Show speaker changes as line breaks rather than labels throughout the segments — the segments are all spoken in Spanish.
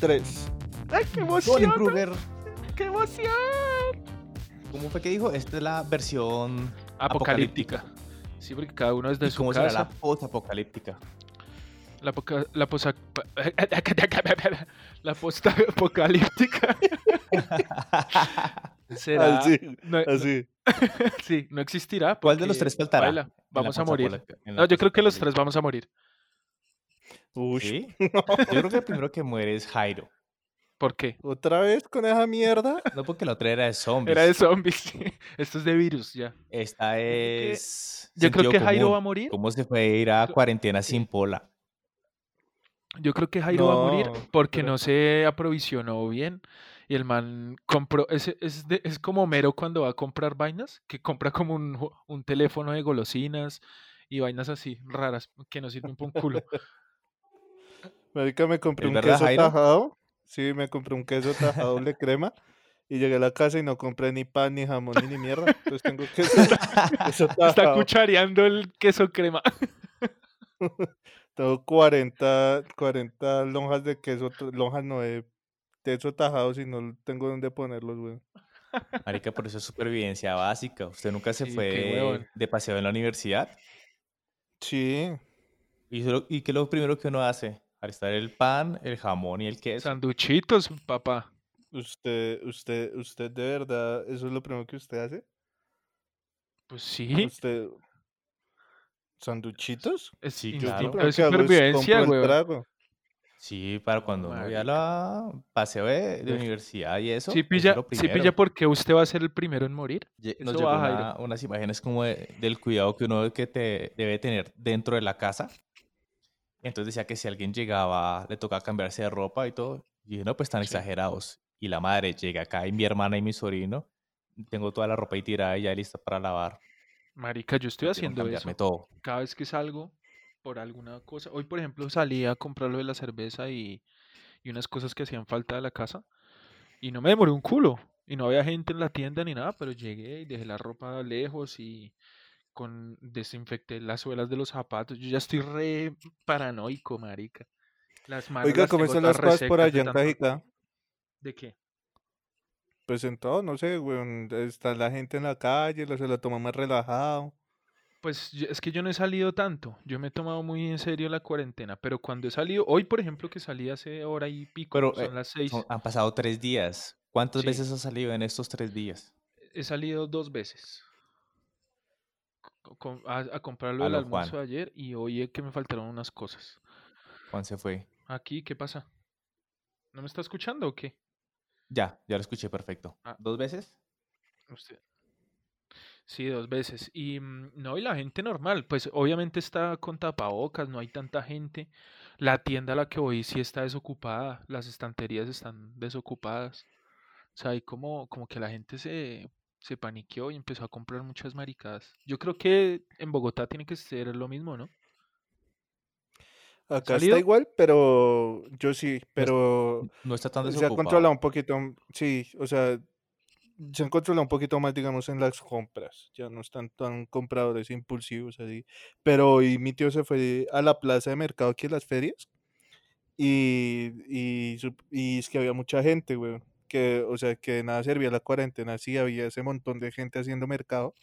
3.
¡Ay, qué
Colin
emoción!
Kruger,
¡Qué emoción!
¿cómo fue que dijo? Esta es la versión
Apocalíptica. Sí, porque cada uno es de
¿Y
su
¿Cómo será la
casa.
post-apocalíptica?
La, poca- la posa- la posta apocalíptica. Ah, Será.
Así,
No,
así.
sí, no existirá.
¿Cuál de los
porque,
tres faltará?
baila,
en la
Vamos a morir.
post-apocalíptica? En la
No, yo creo que los
post-apocalíptica.
tres vamos a morir.
Ush.
¿Sí? Yo creo que el primero que muere es Jairo.
¿Por qué?
¿Otra vez con esa mierda?
No porque la otra era de zombies.
Era de zombies. sí. Esto es de virus, ya.
Esta
que-
es.
Yo creo
sentido
que Jairo va a
común.
morir.
¿Cómo se puede ir a cuarentena sin pola?
Yo creo que Jairo va a morir
No,
porque
pero-
no se aprovisionó bien. Y el man compró, es, es, de- es como Homero cuando va a comprar vainas, que compra como un, jo- un teléfono de golosinas y vainas así raras que no sirven para un culo.
Marica, me compré
¿Es
un
verdad,
queso
Jairo?
tajado. Sí, me compré un queso tajado doble crema. Y llegué a la casa y no compré ni pan, ni jamón, ni, ni mierda. Entonces tengo queso, queso
Está
tajado.
cuchareando el queso crema.
Tengo 40, 40 lonjas de queso. t- Lonjas no de queso tajado, si no tengo dónde ponerlos, güey.
Marica, por eso es supervivencia básica. ¿Usted nunca se
Sí, qué huevón.
fue de paseo en la universidad?
Sí.
¿Y, solo- y qué es lo primero que uno hace? Aristar el pan, el jamón y el queso.
Sanduchitos, papá.
Usted, usted, usted de verdad, eso es lo primero que usted hace.
Pues sí,
Usted. ¿Sanduchitos?
es
sí,
instinto
claro.
Yo lo
de
primero que hago es
supervivencia,
compro el
güey.
trago.
Sí, para cuando uno vaya a la paseo de, de
Uf.
universidad y eso.
Sí
eso es
pilla,
lo
sí pilla
primero.
porque usted va a ser el primero en morir.
Ye- Nos
eso
llegó
va, Jairo.
una- unas imágenes como de- del cuidado que uno que te debe tener dentro de la casa. Entonces decía que si alguien llegaba, le tocaba cambiarse de ropa y todo. Y dije, no, pues están
Sí.
exagerados. Y la madre llega acá y mi hermana y mi sobrino. Tengo toda la ropa ahí tirada y ya lista para lavar.
Marica, yo estoy
Tengo que
haciendo eso.
cambiarme todo.
cada vez que salgo por alguna cosa. Hoy, por ejemplo, salí a comprar lo de la cerveza y, y unas cosas que hacían falta de la casa. Y no me demoré un culo. Y no había gente en la tienda ni nada, pero llegué y dejé la ropa lejos y con desinfecté las suelas de los zapatos. Yo ya estoy re paranoico, marica. Las
Ah,
manos
Oiga,
las
¿cómo
tengo
están
todas
las cosas por
resecas de
allá en
tanto-
Cajicá?
¿De qué?
Pues en todo, no sé, weón, está la gente en la calle, lo- se la toma más relajado.
Pues yo- es que yo no he salido tanto. Yo me he tomado muy en serio la cuarentena, pero cuando he salido, hoy por ejemplo que salí hace hora y pico,
Pero,
son
eh,
las seis.
Son- han pasado tres días. ¿Cuántas
Sí.
veces has salido en estos tres días?
He salido dos veces co- con- a, a comprar lo
A
del
lo
almuerzo
Juan.
de ayer y hoy es que me faltaron unas cosas.
Juan se fue.
Aquí, ¿qué pasa? ¿No me está escuchando o qué?
Ya, ya lo escuché perfecto.
Ah.
¿Dos veces?
Usted- Sí, dos veces. Y mm, no, y la gente normal, pues obviamente está con tapabocas, no hay tanta gente. La tienda a la que voy sí está desocupada, las estanterías están desocupadas. O sea, hay como, como que la gente se, se paniqueó y empezó a comprar muchas maricadas. Yo creo que en Bogotá tiene que ser lo mismo, ¿no?
Acá
¿Salido?
está igual, pero yo sí, pero
No está tan
se ha
desocupado.
controlado un poquito, m- sí, o sea, se han controlado un poquito más, digamos, en las compras. Ya no están tan compradores impulsivos así. Pero hoy mi tío se fue a la plaza de mercado aquí en las ferias y, y, sup- y es que había mucha gente, weón. Que, o sea, que de nada servía la cuarentena, sí, había ese montón de gente haciendo mercado.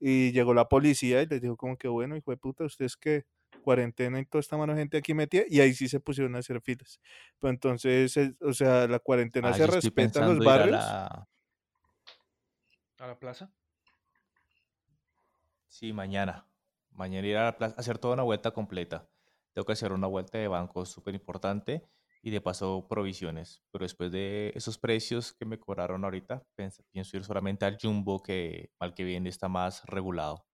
Y llegó la policía y les dijo como que bueno, hijo de puta, ustedes que cuarentena y toda esta mano de gente aquí metida, y ahí sí se pusieron a hacer filas. Pero entonces, eh, o sea, la cuarentena
Ah,
se
yo estoy
respeta en los
pensando ir a
barrios.
la-
A la plaza.
Sí, mañana. Mañana ir a la plaza, hacer toda una vuelta completa. Tengo que hacer una vuelta de banco súper importante y de paso provisiones. Pero después de esos precios que me cobraron ahorita, pens- pienso ir solamente al Jumbo que mal que bien está más regulado.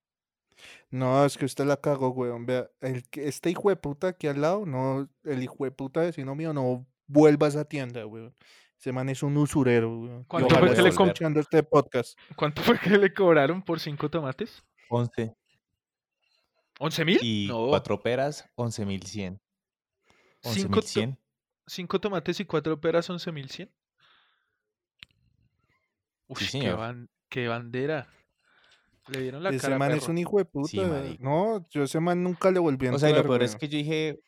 No, es que usted la cagó, weón. Vea, el, que- este hijo de puta aquí al lado, no, el hijo de puta vecino mío, no vuelva a esa tienda, weón. Ese man es un usurero, weón. Y
¿Cuánto
fue
ojalá
que le
esté
com-
escuchando este podcast.
¿Cuánto fue que le cobraron por cinco tomates?
11
¿11 mil?
y
No,
4 peras, 11.100.
Cinco to-
11.100.
cinco tomates y cuatro peras, 11 mil 100. Uy, qué,
señor.
ban- qué bandera. Le dieron la
Ese
cara,
man es
perro.
un hijo de puta.
marica.
No, yo a ese man nunca le volví a
O sea, y lo
entrar,
peor es
weón.
que yo dije,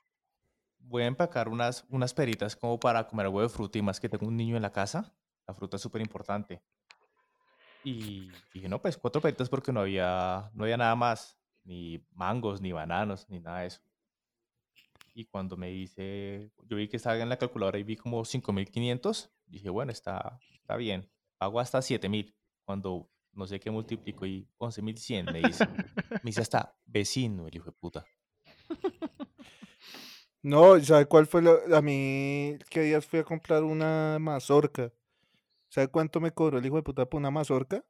voy a empacar unas, unas peritas como para comer huevo de fruta y más que tengo un niño en la casa. La fruta es súper importante. Y dije, no, pues cuatro peritas porque no había, no había nada más, ni mangos, ni bananos, ni nada de eso. Y cuando me hice, yo vi que estaba en la calculadora y vi como 5.500, dije, bueno, está, está bien, pago hasta 7.000. Cuando no sé qué multiplico y 11.100 me hice, me hice hasta vecino el hijo de puta.
No, ¿sabe cuál fue lo- A mí, que días fui a comprar una mazorca. ¿Sabe cuánto me cobró el hijo de puta por una mazorca?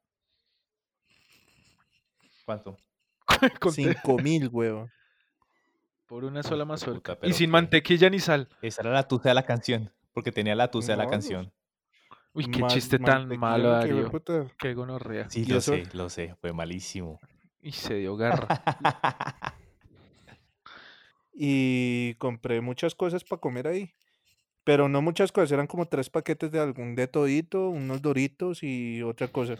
¿Cuánto?
Con te-
Cinco mil, huevón.
Por una sola
hijo de Ah, puta,
mazorca. Y
pero
sin
qué-
mantequilla ni sal.
Esa era la tusa de la canción, porque tenía la tusa de la
No, pues,
canción.
Uy, qué
Ma-
chiste tan
mantequilla,
malo,
que hijo de
Darío.
puta.
Qué gonorrea.
Sí,
¿Y
lo
eso?
sé, lo sé, fue malísimo.
Y se dio garra.
Y compré muchas cosas para comer ahí. Pero no muchas cosas, eran como tres paquetes de algún de todito, unos doritos y otra cosa.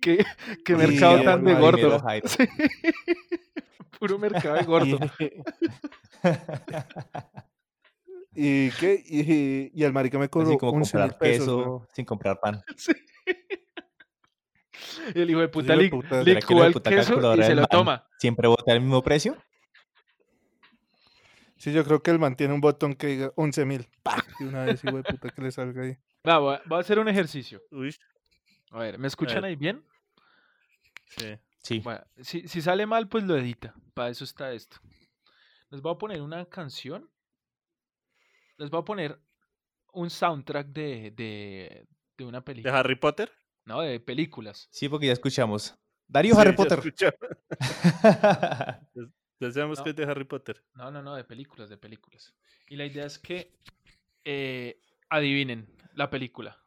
Qué, qué
Y
mercado
el
tan de
marinero
gordo.
Jairo.
Sí. Puro mercado de gordo.
Y, ¿Y qué? Y, y el marica me cobró
Así como
11 mil
comprar
pesos.
queso
weón.
sin comprar pan.
El hijo de puta
hijo de
li-
puta. ¿Será
que el hijo
licúa
de
el
puta
queso y
calculadora
se
del
lo
man?
toma.
¿Siempre vota el mismo precio?
Sí, yo creo que él mantiene un botón que diga 11 mil. De una vez, hijo de puta, que le salga ahí.
Va, voy a- voy a hacer un ejercicio.
Uy,
A ver, ¿me escuchan
ver.
ahí bien?
sí.
Sí.
Bueno, si, si sale mal, pues lo edita. Para eso está esto. Les voy a poner una canción. Les voy a poner un soundtrack de, de, de una
¿De
película.
Harry Potter?
No, de películas.
Sí, porque ya escuchamos. Darío
Sí,
Harry
ya
Potter.
escuchamos- Ya sabemos
No.
que es de Harry Potter.
No, no, no, de películas, de películas. Y la idea es que eh, adivinen la película.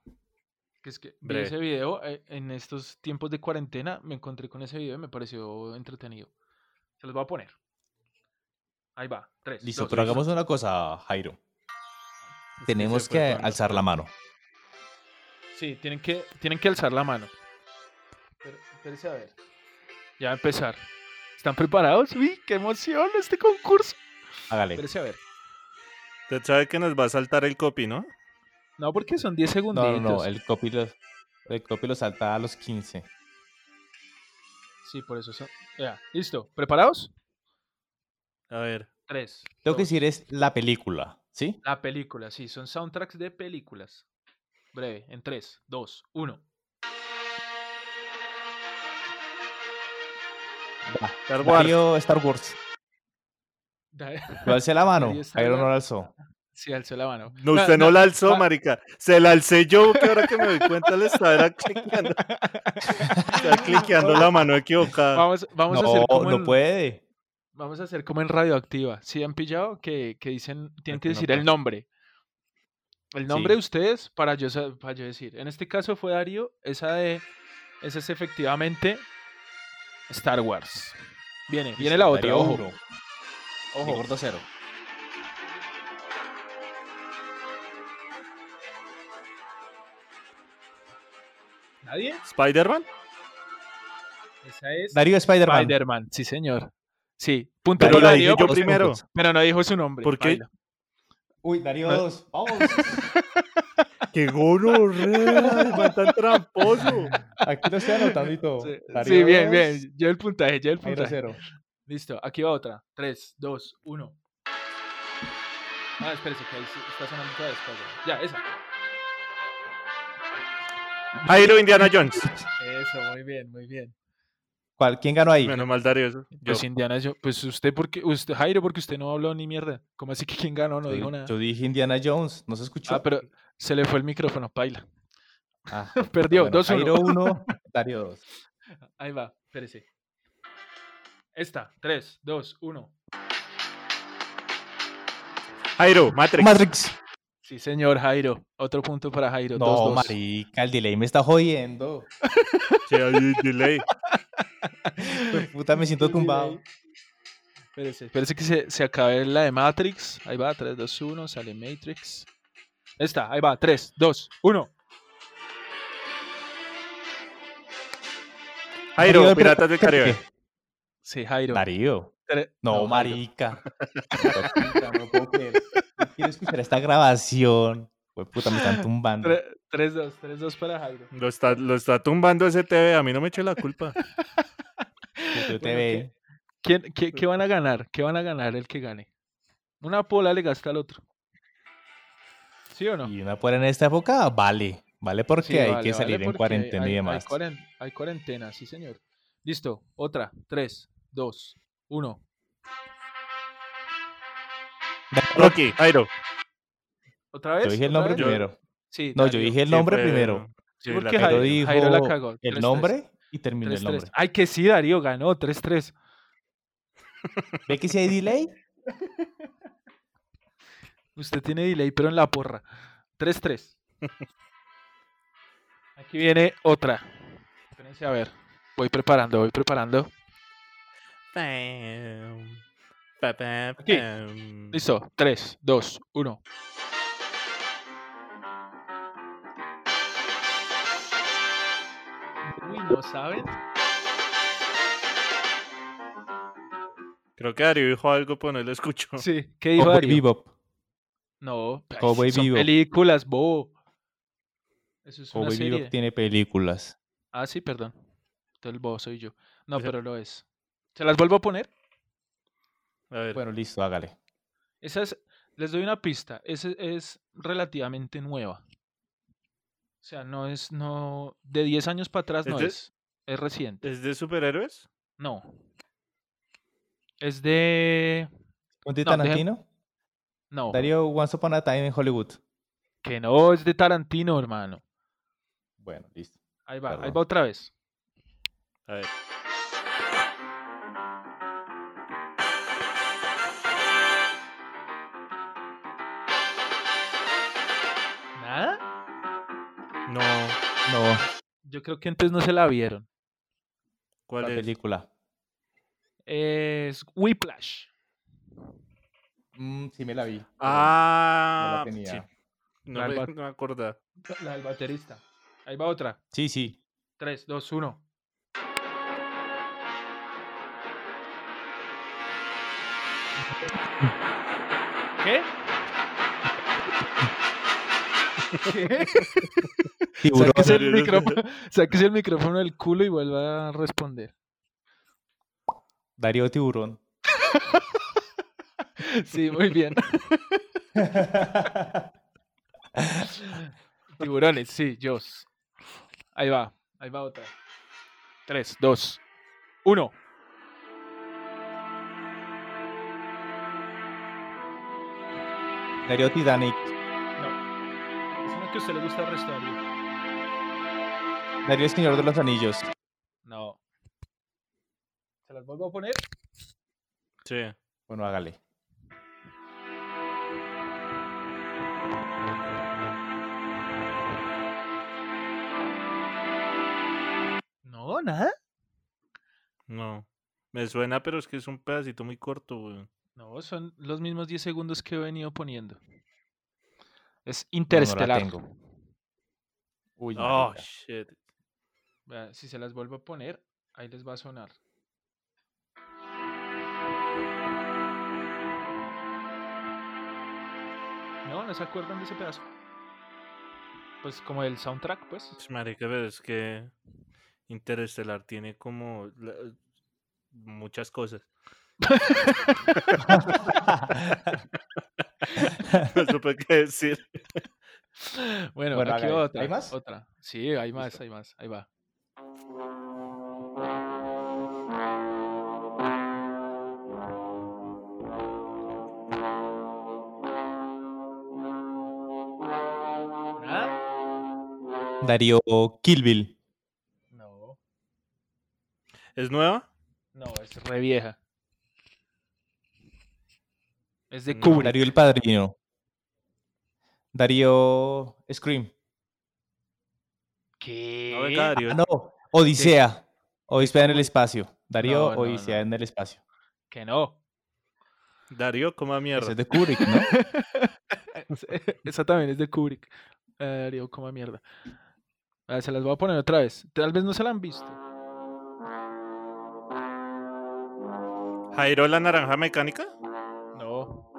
Que es que vi
Breve.
ese video eh, en estos tiempos de cuarentena, me encontré con ese video y me pareció entretenido. Se los voy a poner. Ahí va, tres.
Listo,
dos,
pero hagamos una cosa, Jairo. Tenemos
se
que
fue cuando-
alzar la mano.
Sí, tienen que, tienen que alzar la mano. Pero, espérese a ver. Ya va a empezar. ¿Están preparados? ¡Uy, qué emoción este concurso!
Hágale.
Espérese a ver.
Usted sabe que nos va a saltar el copy, ¿no?
No, porque son 10
No, no,
segunditos.
no. El copy lo, el copy lo salta a los 15.
Sí, por eso son... Ya, listo. ¿Preparados?
A ver.
Tres.
Tengo que
dos.
decir es la película, ¿sí?
La película, sí, son soundtracks de películas. Breve, en 3, 2, 1.
Va.
Star Wars.
Darío Star Wars. Lo alcé la mano.
Darío Star
Jairo no
Wars.
lo alzó.
Sí, alzó la mano.
No, usted no, la alzó,
va-
marica. Se la alcé yo, que ahora que me doy cuenta le estaba era cliqueando. Estaba cliqueando la mano equivocada.
Vamos, vamos a hacer
No,
como
no
en,
puede.
vamos a hacer como en radioactiva. ¿Sí han pillado que, que dicen, tienen que
que no
decir el
puedo.
nombre? El nombre de
Sí.
ustedes para yo, sa- para yo decir. En este caso fue Darío, esa de esa es efectivamente Star Wars. Viene,
Listo,
viene la otra,
Darío
ojo.
uno.
Ojo.
Mi gordo cero.
¿Nadie?
¿Spider-Man?
Esa es
Darío Spider-Man.
Spider-Man, sí, señor. Sí, punto
Pero
para
la dije
Darío,
yo
dos
primero.
puntos.
pero no dijo su nombre.
¿Por qué?
baila.
Uy, Darío
Ah.
2. Vamos.
¡Qué gonorrea! ¡Va tan tramposo!
Aquí lo estoy anotando y todo.
Sí,
Darío
sí, bien,
dos,
bien. Yo el puntaje, yo el
Jairo
puntaje.
cero.
Listo, aquí va otra. 3, 2, 1. Ah, espérese, que ahí sí está sonando otra vez. espérate. Ya, esa.
Jairo Indiana Jones.
Eso, muy bien, muy bien.
¿Cuál? ¿Quién ganó ahí?
Menos mal Darío eso. Yo.
Pues Indiana, yo, pues usted, porque, usted, Jairo, porque usted no habló ni mierda. ¿Cómo así que quién ganó? No
Yo-
dijo nada.
Yo dije Indiana Jones, no se escuchó.
Ah, pero se le fue el micrófono, paila.
Ah,
Perdió,
bueno,
2 1
Jairo 1, Darío 2.
Ahí va, espérese. Esta, 3, 2, 1.
Jairo, Matrix.
Matrix.
Sí, señor Jairo. Otro punto para Jairo.
No,
dos, dos.
marica, el delay me está jodiendo.
Che, hay delay.
Pues, Puta, me siento
El
tumbado.
delay. Espérese, espérese que se, se acabe la de Matrix. Ahí va, 3, 2, 1. Sale Matrix. Esta, ahí va, 3, 2, 1.
Jairo,
del
Piratas del Caribe.
Sí, Jairo.
Darío.
Tre-
No,
Jairo.
marica. Puta, no puedo creer. No Quiero escuchar esta grabación. Güey, puta, me están tumbando.
Tre- 3-2, 3-2 para Jairo.
Lo está, lo está tumbando ese TV, a mí no me eche la culpa.
Yo te
Bueno,
veo.
¿Quién, qué, qué van a ganar? ¿Qué van a ganar el que gane? Una pola le gasta al otro. ¿Sí o no?
Y una fuera en esta época, vale. Vale porque
Sí,
hay
vale,
que
vale,
salir en
porque
cuarentena
hay,
y
hay
demás.
cuaren- hay cuarentena, sí, señor. Listo, otra. 3, 2, 1.
Rocky, Jairo.
¿Otra vez?
Yo dije el
¿Otra
nombre
vez?
Yo-
primero.
Sí,
No, yo
Darío.
dije el
Sí,
nombre
fue-
primero.
sí,
¿Por
la
qué
cagué.
Pero
Jairo? Jairo la
dijo
cagó,
El
3-3.
nombre y terminó el
3-3.
nombre.
Ay, que sí, Darío ganó 3-3.
¿Ve que si hay delay?
Usted tiene delay, pero en la porra. 3-3. Aquí viene otra. Espérense a ver. Voy preparando, voy preparando. Aquí. Listo. 3, 2, 1. Uy, ¿no saben?
Creo que Darío dijo algo, pero no lo escucho.
Sí. ¿Qué dijo
Cowboy
Darío?
Bebop.
No. ay,
Cowboy
son
Bebop.
películas, bobo. Eso es una
Cowboy
serie.
Bebop tiene películas.
Ah, sí, perdón. Entonces el bobo soy yo. No,
Esa-
pero lo es. ¿Se las vuelvo a poner?
A ver,
Bueno, listo, hágale.
Esa es, les doy una pista, esa es relativamente nueva. O sea, no es, no, de 10 años para atrás
¿Es
no
de-
es, es reciente.
¿es de superhéroes?
No. Es de,
¿Un de
No, deja-
Tarantino?
no,
Darío Once Upon a Time en Hollywood.
que no es de Tarantino, hermano.
Bueno, listo.
Ahí va, ahí
Perdón.
va otra vez.
A ver.
¿Nada?
No,
No,
Yo creo que antes no se la vieron.
¿cuál
la
es?
película.
Es Whiplash.
Mm, sí me la vi. pero
Ah,
no la tenía.
sí, no
La
me,
alba-
no me acordaba.
La del baterista. Ahí va otra.
Sí, sí.
3, 2, 1. ¿Qué? ¿Qué?
Tiburón.
Sáquese el,
Tiburón.
micrófono, sáquese el micrófono del culo y vuelva a responder.
Darío Tiburón.
Sí, muy bien. Tiburones, sí, yo. Ahí va, ahí va otra. 3, 2, 1.
Darío Titanic.
No. Es una que a usted le gusta restar.
Darío el Señor de los Anillos.
No. ¿Se las vuelvo a poner?
Sí.
Bueno, hágale.
No, nada.
No. Me suena, pero es que es un pedacito muy corto, güey.
No, son los mismos 10 segundos que he venido poniendo.
No,
Es
no la
interestelar. Ah,
tengo. Uy,
Oh,
marica.
shit.
Vea, si se las vuelvo a poner, ahí les va a sonar. No, no se acuerdan de ese pedazo. Pues como el soundtrack, pues.
Pues, Marica, pero es que Interestelar tiene como la- muchas cosas. No supe qué decir.
Bueno,
Bueno,
aquí
hágale.
va
¿Hay
otra.
más?
Otra. Sí, hay más, hay más. Ahí va. ¿Nada?
Darío Kill Bill.
No,
¿Es nueva?
no, es re vieja. Es de
No,
Kubrick.
Darío el Padrino. Darío Scream.
No, venga,
¿Qué?
Darío.
Ah, no, Odisea. Odisea en el espacio. Darío
No, no,
Odisea
no.
en el espacio.
Que no.
Darío, coma
Ese
mierda.
es de Kubrick, ¿no?
Esa también es de Kubrick. Eh, Digo, como mierda. Ah, se las voy a poner otra vez. Tal vez no se la han visto.
¿Jairo la naranja mecánica?
No.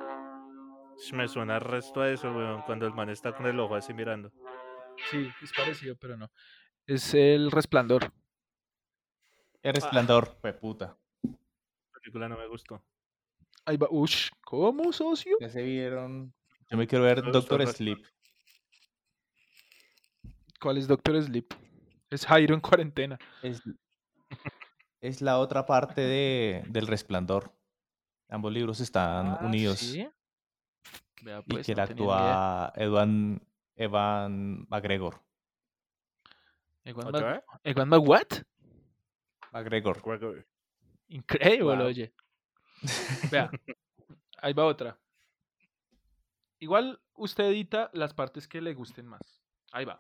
Sh, Me suena el resto a eso, weón, cuando el man está con el ojo así mirando.
Sí, es parecido, pero no. Es el resplandor.
El resplandor, fue puta.
La película no me gustó.
Ahí va. Ush, ¿cómo, socio?
Ya se vieron. Yo me quiero ver
Me gustó
Doctor
el
Sleep.
¿Cuál es Doctor Sleep? Es Jairo en cuarentena.
Es, es la otra parte de, del resplandor. Ambos libros están unidos.
Ah, ¿sí? Vea,
Y
pues,
que
no
la
tenía ni idea.
actúa Evan, Evan McGregor.
Ewan Mac-
¿Otra vez?
Ewan Mac- what?
McGregor.
Gregory.
Increíble,
Wow.
oye. Vea, ahí va otra. Igual usted edita las partes que le gusten más. Ahí va.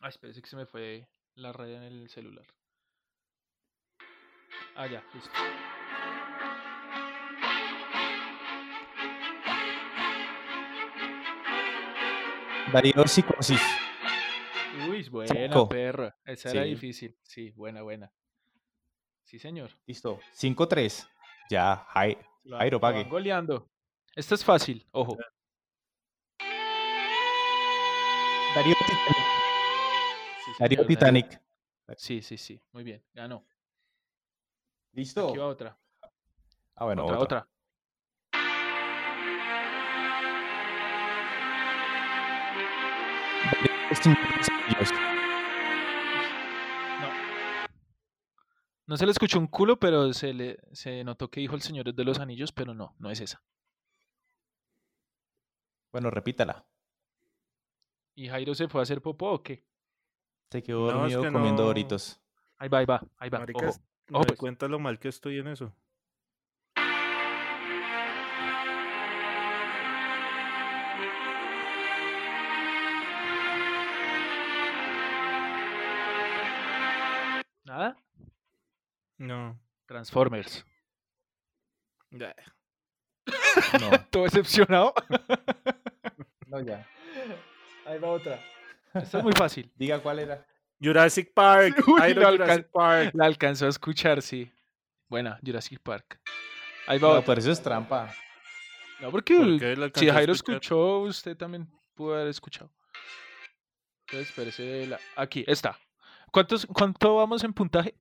Ay, espérese que se me fue la red en el celular. Ah, ya, listo.
Darío Psicosis.
Uy, buena,
Cinco.
perra. Esa era
Sí.
difícil. Sí, buena, buena. Sí, señor.
Listo. 5-3. Ya, Jai-
Lo-
Jairo,
lo van
pague.
Goleando. Esta es fácil, ojo.
Darío Titanic.
Sí,
Darío
señor,
Titanic.
Sí, sí, sí. Muy bien, ganó. Aquí va
Listo.
otra.
Ah, bueno,
otra,
otra.
otra.
Estos niños.
No se le escuchó un culo, pero se le se notó que dijo el Señor de los Anillos, pero no, no es esa.
Bueno, repítala.
¿Y Jairo se fue a hacer popó o qué?
Se quedó
No, es
dormido
que
comiendo
no.
doritos.
Ahí va, ahí va, ahí va.
Marica,
ojo.
me
Ojo,
doy
pues.
cuenta lo mal que estoy en eso.
¿Nada?
No.
Transformers.
No,
Todo decepcionado.
no, ya.
Ahí va otra. Esta es muy fácil.
Diga cuál era.
Jurassic Park.
Uy,
Jairo,
no
Jurassic Park.
La alcanzó a escuchar, sí. Buena, Jurassic Park. Ahí va
No,
otra.
pero eso es trampa.
No, porque
pues, ¿Por qué la
si
alcancé a
Jairo
escuchar?
escuchó, usted también pudo haber escuchado. Entonces, espérese. La... Aquí, está. ¿Cuántos, ¿Cuánto vamos en puntaje?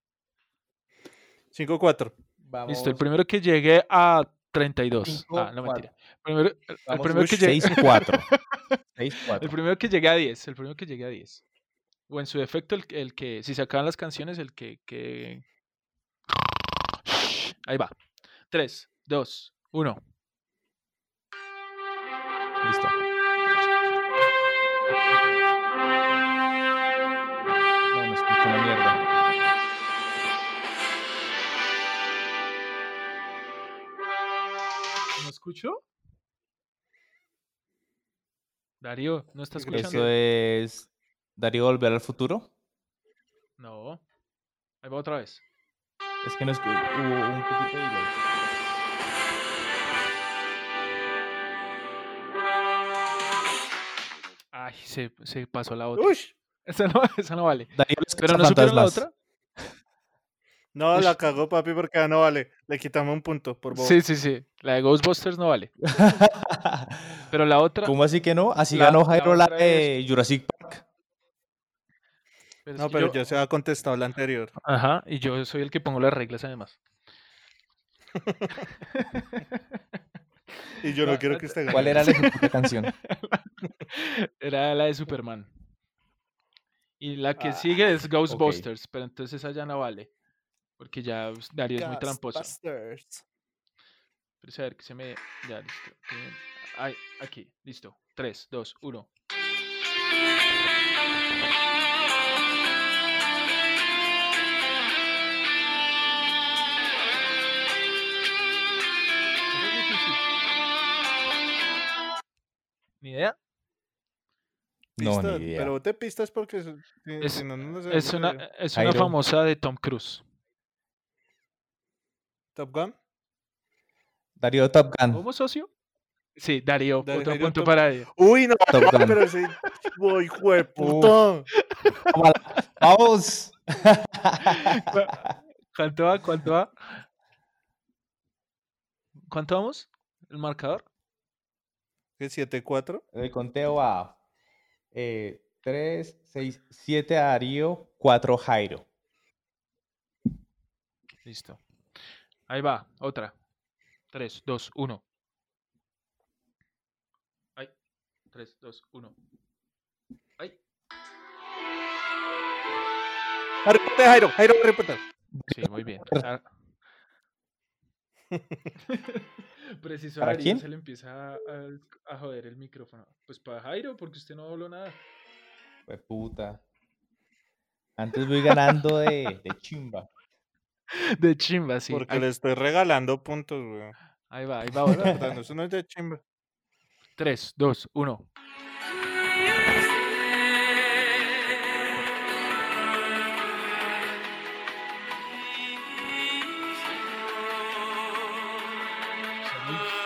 5-4.
Vamos.
Listo, el primero que llegue a 32.
Cinco,
ah, no mentira. Primero- el- el,
vamos,
primero
uy,
que llegue,
6-4.
el
6-4.
primero que llegue a 10. El primero que llegue a 10. O en su defecto, el, el que, si se acaban las canciones, el que. que... Ahí va. 3, 2, 1.
Listo. No, me escucho una mierda.
¿No escucho? Darío, ¿no está
Creo que-
Eso
escuchando?
es. Darío volver al futuro.
No. Ahí va otra vez.
Es que no escucho. Hubo un poquito de delay.
Ay, se, se pasó la otra.
Uy.
Esa no, esa no vale.
Darío los
¿Pero no supieron la
cazafantasmas.
otra?
No,
Ush.
la cagó, papi, porque ya no vale. Le quitamos un punto por bobo.
Sí, sí, sí. La de Ghostbusters no vale. Pero la otra.
¿Cómo así que no? Así
La-
ganó
la
Jairo la
otra es-
de Jurassic Park.
pero es
No,
que
pero
yo-
ya se ha contestado la anterior.
Ajá, y yo soy el que pongo las reglas además.
Y yo
La-
no quiero
la-
que esté
¿Cuál era la segunda canción?
Era la de Superman. Y la
Ah,
que sigue es Ghostbusters, pero entonces esa ya no vale. Porque ya pues, Darío es muy tramposo. Pero a ver, que se me. Ya, listo. Bien. Ay, aquí, listo. 3, 2, 1. Ni idea.
No, ni idea.
Pero te pistas porque si- si-
Es-
si no, no nos
Es
sabemos
una,
de-
es una
Jairo.
famosa de Tom Cruise.
Top Gun.
Darío Top Gun.
¿Cómo socio? Sí, Darío.
Darío,
Otro
Darío
punto
Top-
para Darío.
Uy, no, Ah,
Top Gun.
pero sí. Voy, jueputo.
Vamos.
¿Cuánto va? ¿Cuánto va? ¿Cuánto vamos? ¿El marcador?
¿Qué? ¿7-4?
El conteo va 3, 6, 7 Darío, 4 Jairo.
Listo. Ahí va, otra. 3, 2, 1. Ahí. 3, 2, 1. Ahí.
Arrépete, Jairo. Jairo, arrépete.
Sí, muy bien. Ah. Preciso
¿Para
Darío,
quién?
se le empieza a, a joder el micrófono. Pues para Jairo, porque usted no habló nada.
Pues puta. Antes voy ganando de, de chimba.
De chimba, sí.
Porque
Ahí,
le estoy regalando puntos, güey.
ahí va, ahí va
La
otra.
verdad, no, Eso no es de chimba.
3, 2, 1.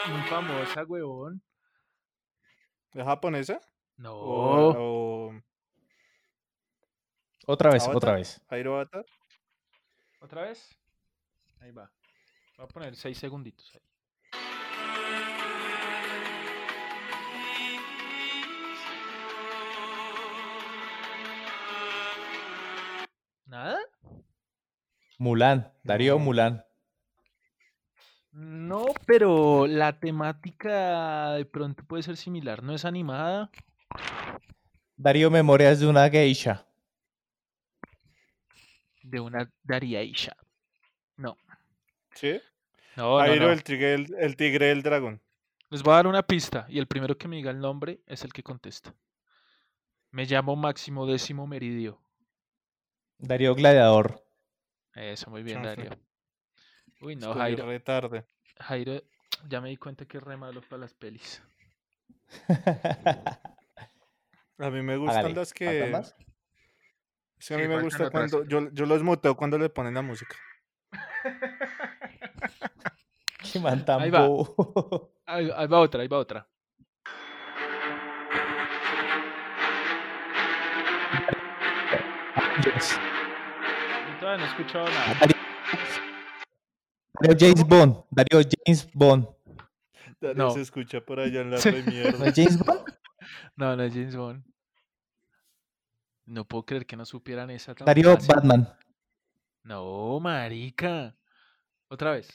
Muy, muy famosa, huevón.
¿Es japonesa?
No.
Oh,
Oh.
O, o
Otra vez,
¿Ahora?
otra vez.
Jairo Bata.
¿Otra vez? Ahí va. Voy a poner 6 segunditos ahí. ¿Nada?
Mulan, Darío
Mm.
Mulan.
No, pero la temática de pronto puede ser similar. No es animada.
Darío Memorias de una geisha.
de una Daria Isha. No.
¿Sí?
Oh, No, no,
Jairo,
no.
El, tigre, el, el tigre del dragón.
Les voy a dar una pista y el primero que me diga el nombre es el que contesta. Me llamo Máximo Décimo Meridio.
Darío Gladiador.
Eso, muy bien,
Chanfle.
Dario. Uy, no,
Estudié
Jairo.
re tarde.
Jairo, ya me di cuenta que es re malo para las pelis.
A mí me gustan
Hágale.
las que...
¿Faltan más?
Es que a
Sí,
mí me
faltan
gusta
otras.
cuando... Yo, yo los muteo cuando le ponen la música.
Qué man tan
Ahí va.
bobo.
Ahí, ahí va otra, ahí va otra. Yo todavía no he escuchado nada.
Darío James Bond. Darío James Bond.
Dale,
No.
Se escucha por allá en la
Sí.
¿No
premierda.
es James Bond?
No, no es James Bond. No puedo creer que no supieran esa tan
Darío
fácil.
Batman.
No, marica. Otra vez.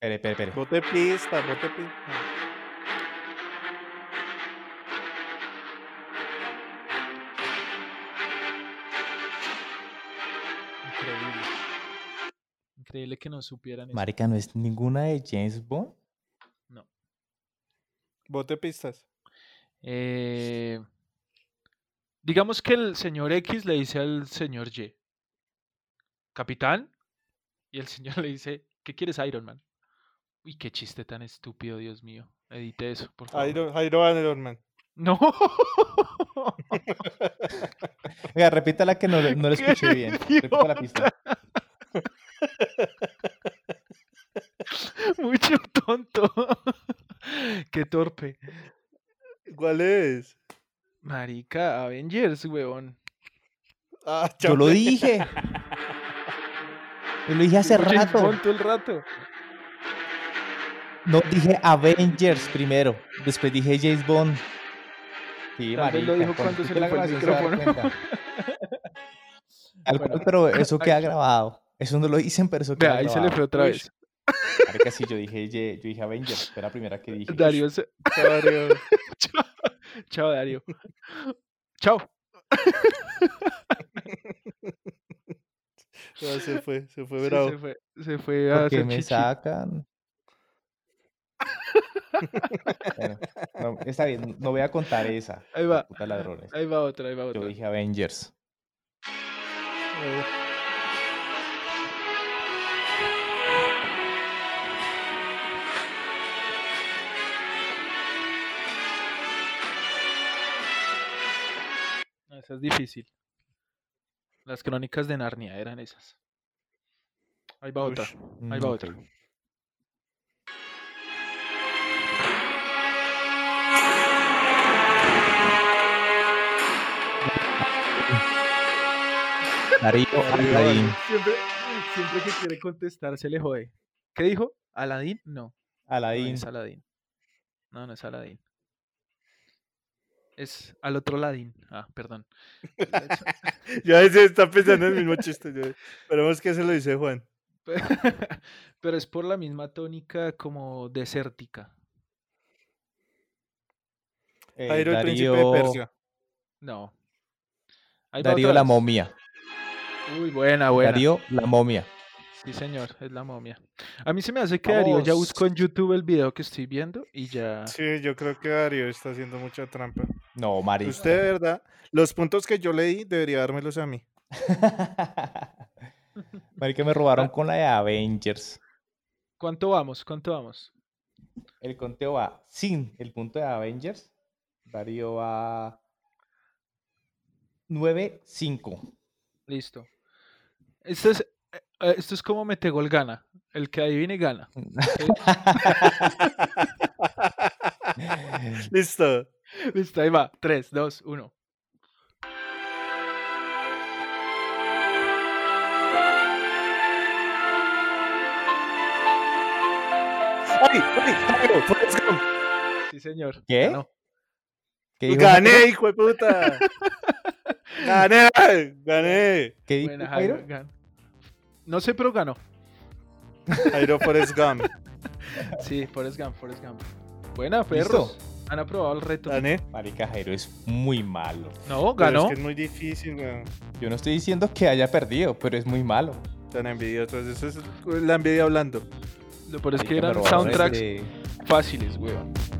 Espere, espere, espere.
Bote pista, bote pista.
Increíble. Increíble que no supieran eso.
Marica, ¿no es ninguna de James Bond?
Bote pistas.
Eh, digamos que el señor X le dice al señor Y, capitán, y el señor le dice, ¿qué quieres Iron Man? Uy, qué chiste tan estúpido, Dios mío. Edite eso, por favor.
Jairo, Jairo Iron Man.
No.
Oiga, repítala que no, lo- no lo
¡Qué
escuché bien. Repita la pista.
Mucho tonto. qué torpe.
¿Cuál es?
Marica, Avengers, weón.
Ah,
Yo lo
chanfle.
dije. Yo lo dije hace
James
rato.
Bond todo el rato.
No dije Avengers primero. Después dije James Bond. Sí,
Tal vez lo dijo cuando se
escuche
le fue el
grabación va a dar
micrófono.
cuenta. Tal cual,
Bueno.
pero eso
Ay.
queda grabado. Eso no lo dicen, pero eso
Vea,
queda
ahí se
grabado.
le fue otra
Uy,
vez.
Marica, sí, yo dije, Ye- yo dije Avengers. Fue la primera que dije.
Darío se-
Jairo.
Chao, chao Darío. Chao.
Ah, se fue, se fue
Sí,
bravo.
se fue, se fue a
¿Por qué
hacer
me
chichi.
sacan? Bueno, no, está bien, no voy a contar esa.
Ahí va.
Puta ladrones.
Ahí va otra, ahí va otra.
Yo dije Avengers.
No, esa es difícil. Las crónicas de Narnia eran esas. Ahí va otra.
Ush.
Ahí
Mm,
va
ok.
otra.
Darío
Darío
Aladdin.
Siempre, Siempre que quiere contestar se le jode. ¿Qué dijo? ¿Aladín? No. No
Aladín.
es Aladín. No, no es Aladín. Es al otro Aladín. Ah, perdón.
Ya a veces está pensando en el mismo chiste. yo- Esperemos que se lo dice Juan.
Pero es por la misma tónica como desértica.
eh,
Jairo, el príncipe de
Darío-
Persia.
No. Ahí va
Darío
otra
la
vez.
momia.
Uy, buena, buena.
Darío la momia.
Sí, señor, es la momia. A mí se me hace que Darío ya buscó en YouTube el video que estoy viendo y ya.
Ah.
Sí, yo creo que Darío está haciendo mucha trampa.
No, Mari.
Usted, de verdad, los puntos que yo leí debería dármelos a mí.
Marica, me robaron con la de Avengers.
¿Cuánto vamos? ¿Cuánto vamos?
El conteo va sin el punto de Avengers. Darío va 9-5.
Listo. Esto es, eh, eh, esto es como Metegol gana. El que adivine gana.
Listo.
Listo, ahí va. 3, 2, 1.
¡Ay, ay, Jairo, Forrest Gump!
Sí, señor.
¿Qué?
ganó.
¿Qué dijo Jairo?
¡Gané, hijo de puta! ¡Gané! ¡Gané!
¿Qué dijo
Buena,
Jairo?
Jairo, ganó. No sé, pero ganó.
Jairo Forrest Gump.
Sí, Forrest Gump, Forrest Gump. Buena, perros. Han aprobado el reto.
¿Gané?
Marica, Jairo es muy malo.
No,
Pero
ganó.
Es que es muy difícil, weón.
Yo no estoy diciendo que haya perdido, pero es muy malo.
Tan envidiosos. Eso es la envidia hablando.
Lo peor es que
Marica, me
eran
¿eh?
robaron el
soundtracks
de-
fáciles, weón.